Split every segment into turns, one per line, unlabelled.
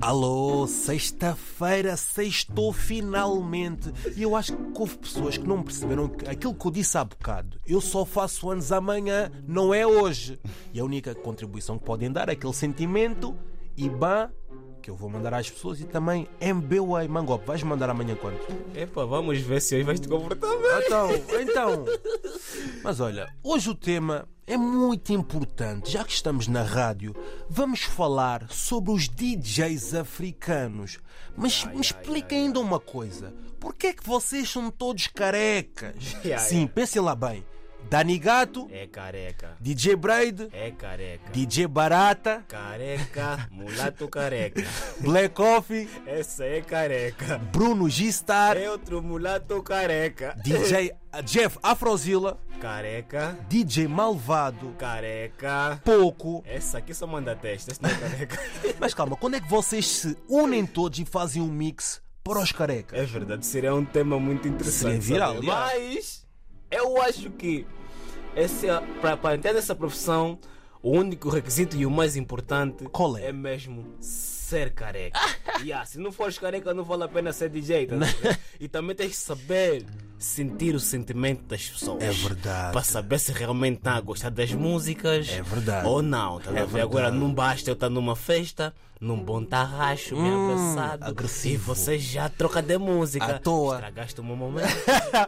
Alô, sexta-feira, sextou finalmente. E eu acho que houve pessoas que não perceberam que aquilo que eu disse há bocado. Eu só faço anos amanhã, não é hoje. E a única contribuição que podem dar é aquele sentimento IBAN que eu vou mandar às pessoas e também MBWay Mangop. Vais mandar amanhã quanto?
Epá, vamos ver se hoje vais te comportar bem.
Então, então. Mas olha, hoje o tema é muito importante. Já que estamos na rádio, vamos falar sobre os DJs africanos. Mas me explica ainda uma coisa. Porquê é que vocês são todos carecas?
Ai, ai.
Sim, pensem lá bem. Dani Gato,
É careca,
DJ Braid,
é careca.
DJ Barata,
Careca, mulato careca.
Black Coffee,
Essa é careca.
Bruno G-Star,
É outro mulato careca.
DJ Jeff Afrozilla,
Careca,
DJ Malvado,
careca.
pouco.
Essa aqui só manda testa, essa não é careca.
Mas calma, quando é que vocês se unem todos e fazem um mix para os carecas?
É verdade, seria um tema muito
Seria
interessante.
viral,
sabe?
yeah.
Mas eu acho que essa- para para entrar nessa profissão, o único requisito e o mais importante
Qual é?
mesmo ser careca. yeah, se não fores careca, não vale a pena ser DJ. tá vendo? e também tens que saber sentir o sentimento das pessoas.
É verdade.
Para saber se realmente estão a gostar das músicas.
É verdade. É
Ou não. Tá vendo?
verdade.
Agora não basta eu estar numa festa, num bom tarraxo, bem abraçado.
Hum, agressivo.
E você já troca de música.
À toa.
Estragaste o meu momento.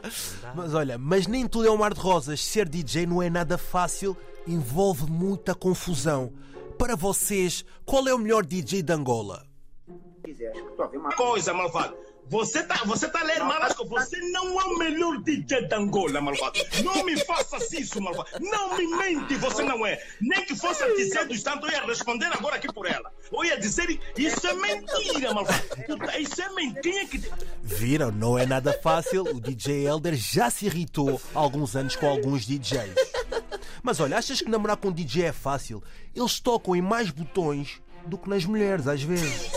Mas olha, mas nem tudo é um mar de rosas. Ser DJ não é nada fácil, envolve muita confusão. Para vocês, qual é o melhor DJ de Angola?
quiser. Acho que estou a ver uma
coisa, malvado. Você tá, você tá lendo malasco. Você não é o melhor DJ de Angola, malvado. Não me faças isso, malvado. Não me mente, você não é. Nem que fosse a dizer do instante, eu ia responder agora aqui por ela. Eu ia dizer, isso é mentira, malvado. Puta, isso é mentira que...
Viram? Não é nada fácil. O DJ Elder já se irritou há alguns anos com alguns DJs. Mas olha, achas que namorar com um DJ é fácil? Eles tocam em mais botões do que nas mulheres, às vezes.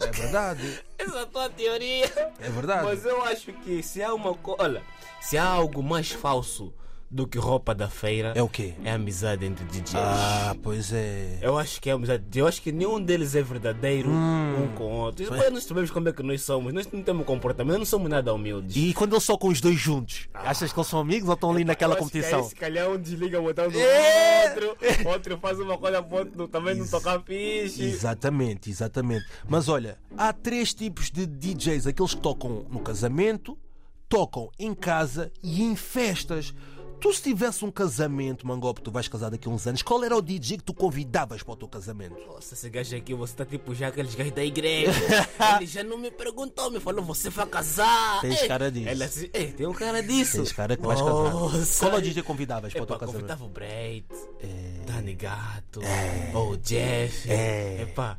É verdade.
Essa é a tua teoria.
É verdade.
Mas eu acho que se há uma coisa. Olha, se há algo mais falso do que roupa da feira.
É o quê?
É a amizade entre DJs.
Ah, pois é.
Eu acho que é a amizade. Eu acho que nenhum deles é verdadeiro
Hum.
um com o outro. Mas nós sabemos como é que nós somos. Nós não temos comportamento, não somos nada humildes.
E quando eles tocam os dois juntos, achas que eles são amigos ou estão ali naquela
Eu acho que
competição?
Aí, se calhar um desliga o botão do
É.
outro, outro faz uma coisa para o outro também não tocar fixe.
Exatamente, exatamente. Mas olha, há três tipos de DJs: aqueles que tocam no casamento, tocam em casa e em festas. Tu, se tivesse um casamento, Mangope, tu vais casar daqui a uns anos, qual era o DJ que tu convidavas para o teu casamento?
Nossa, esse gajo aqui, você tá tipo já aqueles gajos da igreja. Ele já não me perguntou, me falou, você vai casar.
Tens
Ei,
cara disso.
Ele assim, ei, tem um cara disso.
Tens cara que vais
Nossa.
casar. Qual é o DJ que convidavas para o
Epá,
teu casamento?
convidava o Breit, Dani Gato, ou o Jeff.
É.
Epá,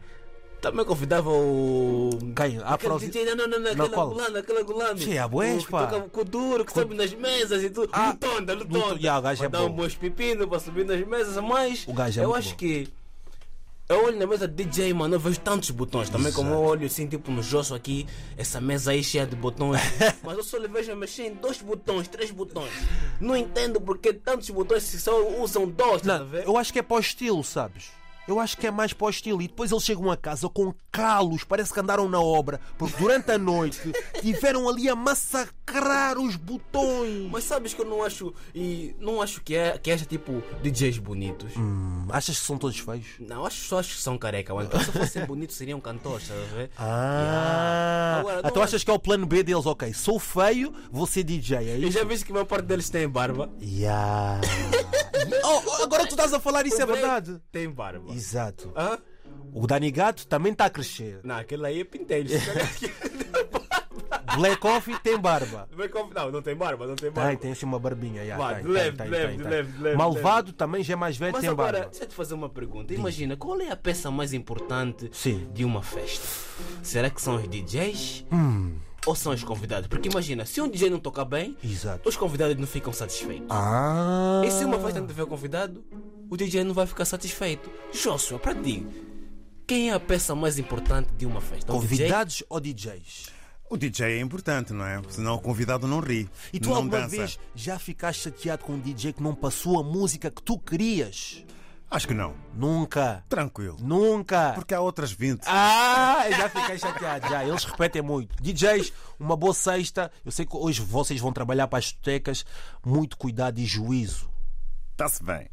também convidava o.
Quem?
Aquele
Afro-
DJ, não, não, não, aquele
qual?
angolano, aquele angolano.
Sim, há bués,
O que
pá.
toca Com o duro, que sobe nas mesas e tudo.
Ah,
Lutonda,
Lutonda. Já, o gajo é
Mandar
bom.
um bons pepinos para subir nas mesas, mas.
O gajo é
Eu
muito
acho
bom.
que. Eu olho na mesa de DJ, mano, eu vejo tantos botões. Também como eu olho assim, tipo no josso aqui, essa mesa aí cheia de botões. Mas eu só lhe vejo a mexer em dois botões, três botões. Não entendo porque tantos botões se só usam dois, tá a
Não,
ver?
eu acho que é para o estilo, sabes? Eu acho que é mais para o estilo. E depois eles chegam a casa com calos, parece que andaram na obra, porque durante a noite tiveram ali a massacrar os botões.
Mas sabes que eu não acho. E não acho que, é, que haja tipo DJs bonitos.
Hum, Achas que são todos feios?
Não, acho, só acho que são careca, mano. Porque Se fossem bonitos seriam cantores, tá a ver?
Ah,
Agora,
então
não
achas que é o plano B deles? Ok, sou feio, vou ser DJ, é
Eu
isso?
já vi que a maior parte deles tem barba.
Yeah. oh, oh, agora que tu estás a falar isso é
O Black
verdade.
Tem barba.
Exato.
Hã?
O Dani Gato também está a crescer.
Não, aquele aí é pintelho. se calhar que-
Black Coffee tem barba.
Bem como- Não, não tem barba, não tem barba.
Tem, tem assim uma barbinha. já,
Vá,
tem,
de
tem,
leve,
tem,
de leve,
tem,
de
tem.
leve, de leve,
tá, Malvado também já é mais velho,
Mas
tem
agora,
barba.
deixa eu te fazer uma pergunta. Imagina, qual é a peça mais importante
Sim.
de uma festa? Será que são os DJs?
Hum.
Ou são os convidados? Porque imagina, se um DJ não tocar bem,
Exato.
os convidados não ficam satisfeitos.
Ah.
E se é uma festa não tiver convidado, o DJ não vai ficar satisfeito. Joshua, para ti, quem é a peça mais importante de uma festa? Um O DJ?
Convidados ou DJs?
O DJ é importante, não é? Senão o convidado não ri.
E tu
não
alguma
dança.
vez já ficaste chateado com um DJ que não passou a música que tu querias?
Acho que não.
Nunca.
Tranquilo.
Nunca.
Porque há outras 20.
Ah, já fiquei chateado. Já, eles repetem muito. DJs, uma boa sexta. Eu sei que hoje vocês vão trabalhar para as discotecas. Muito cuidado e juízo.
Está-se bem.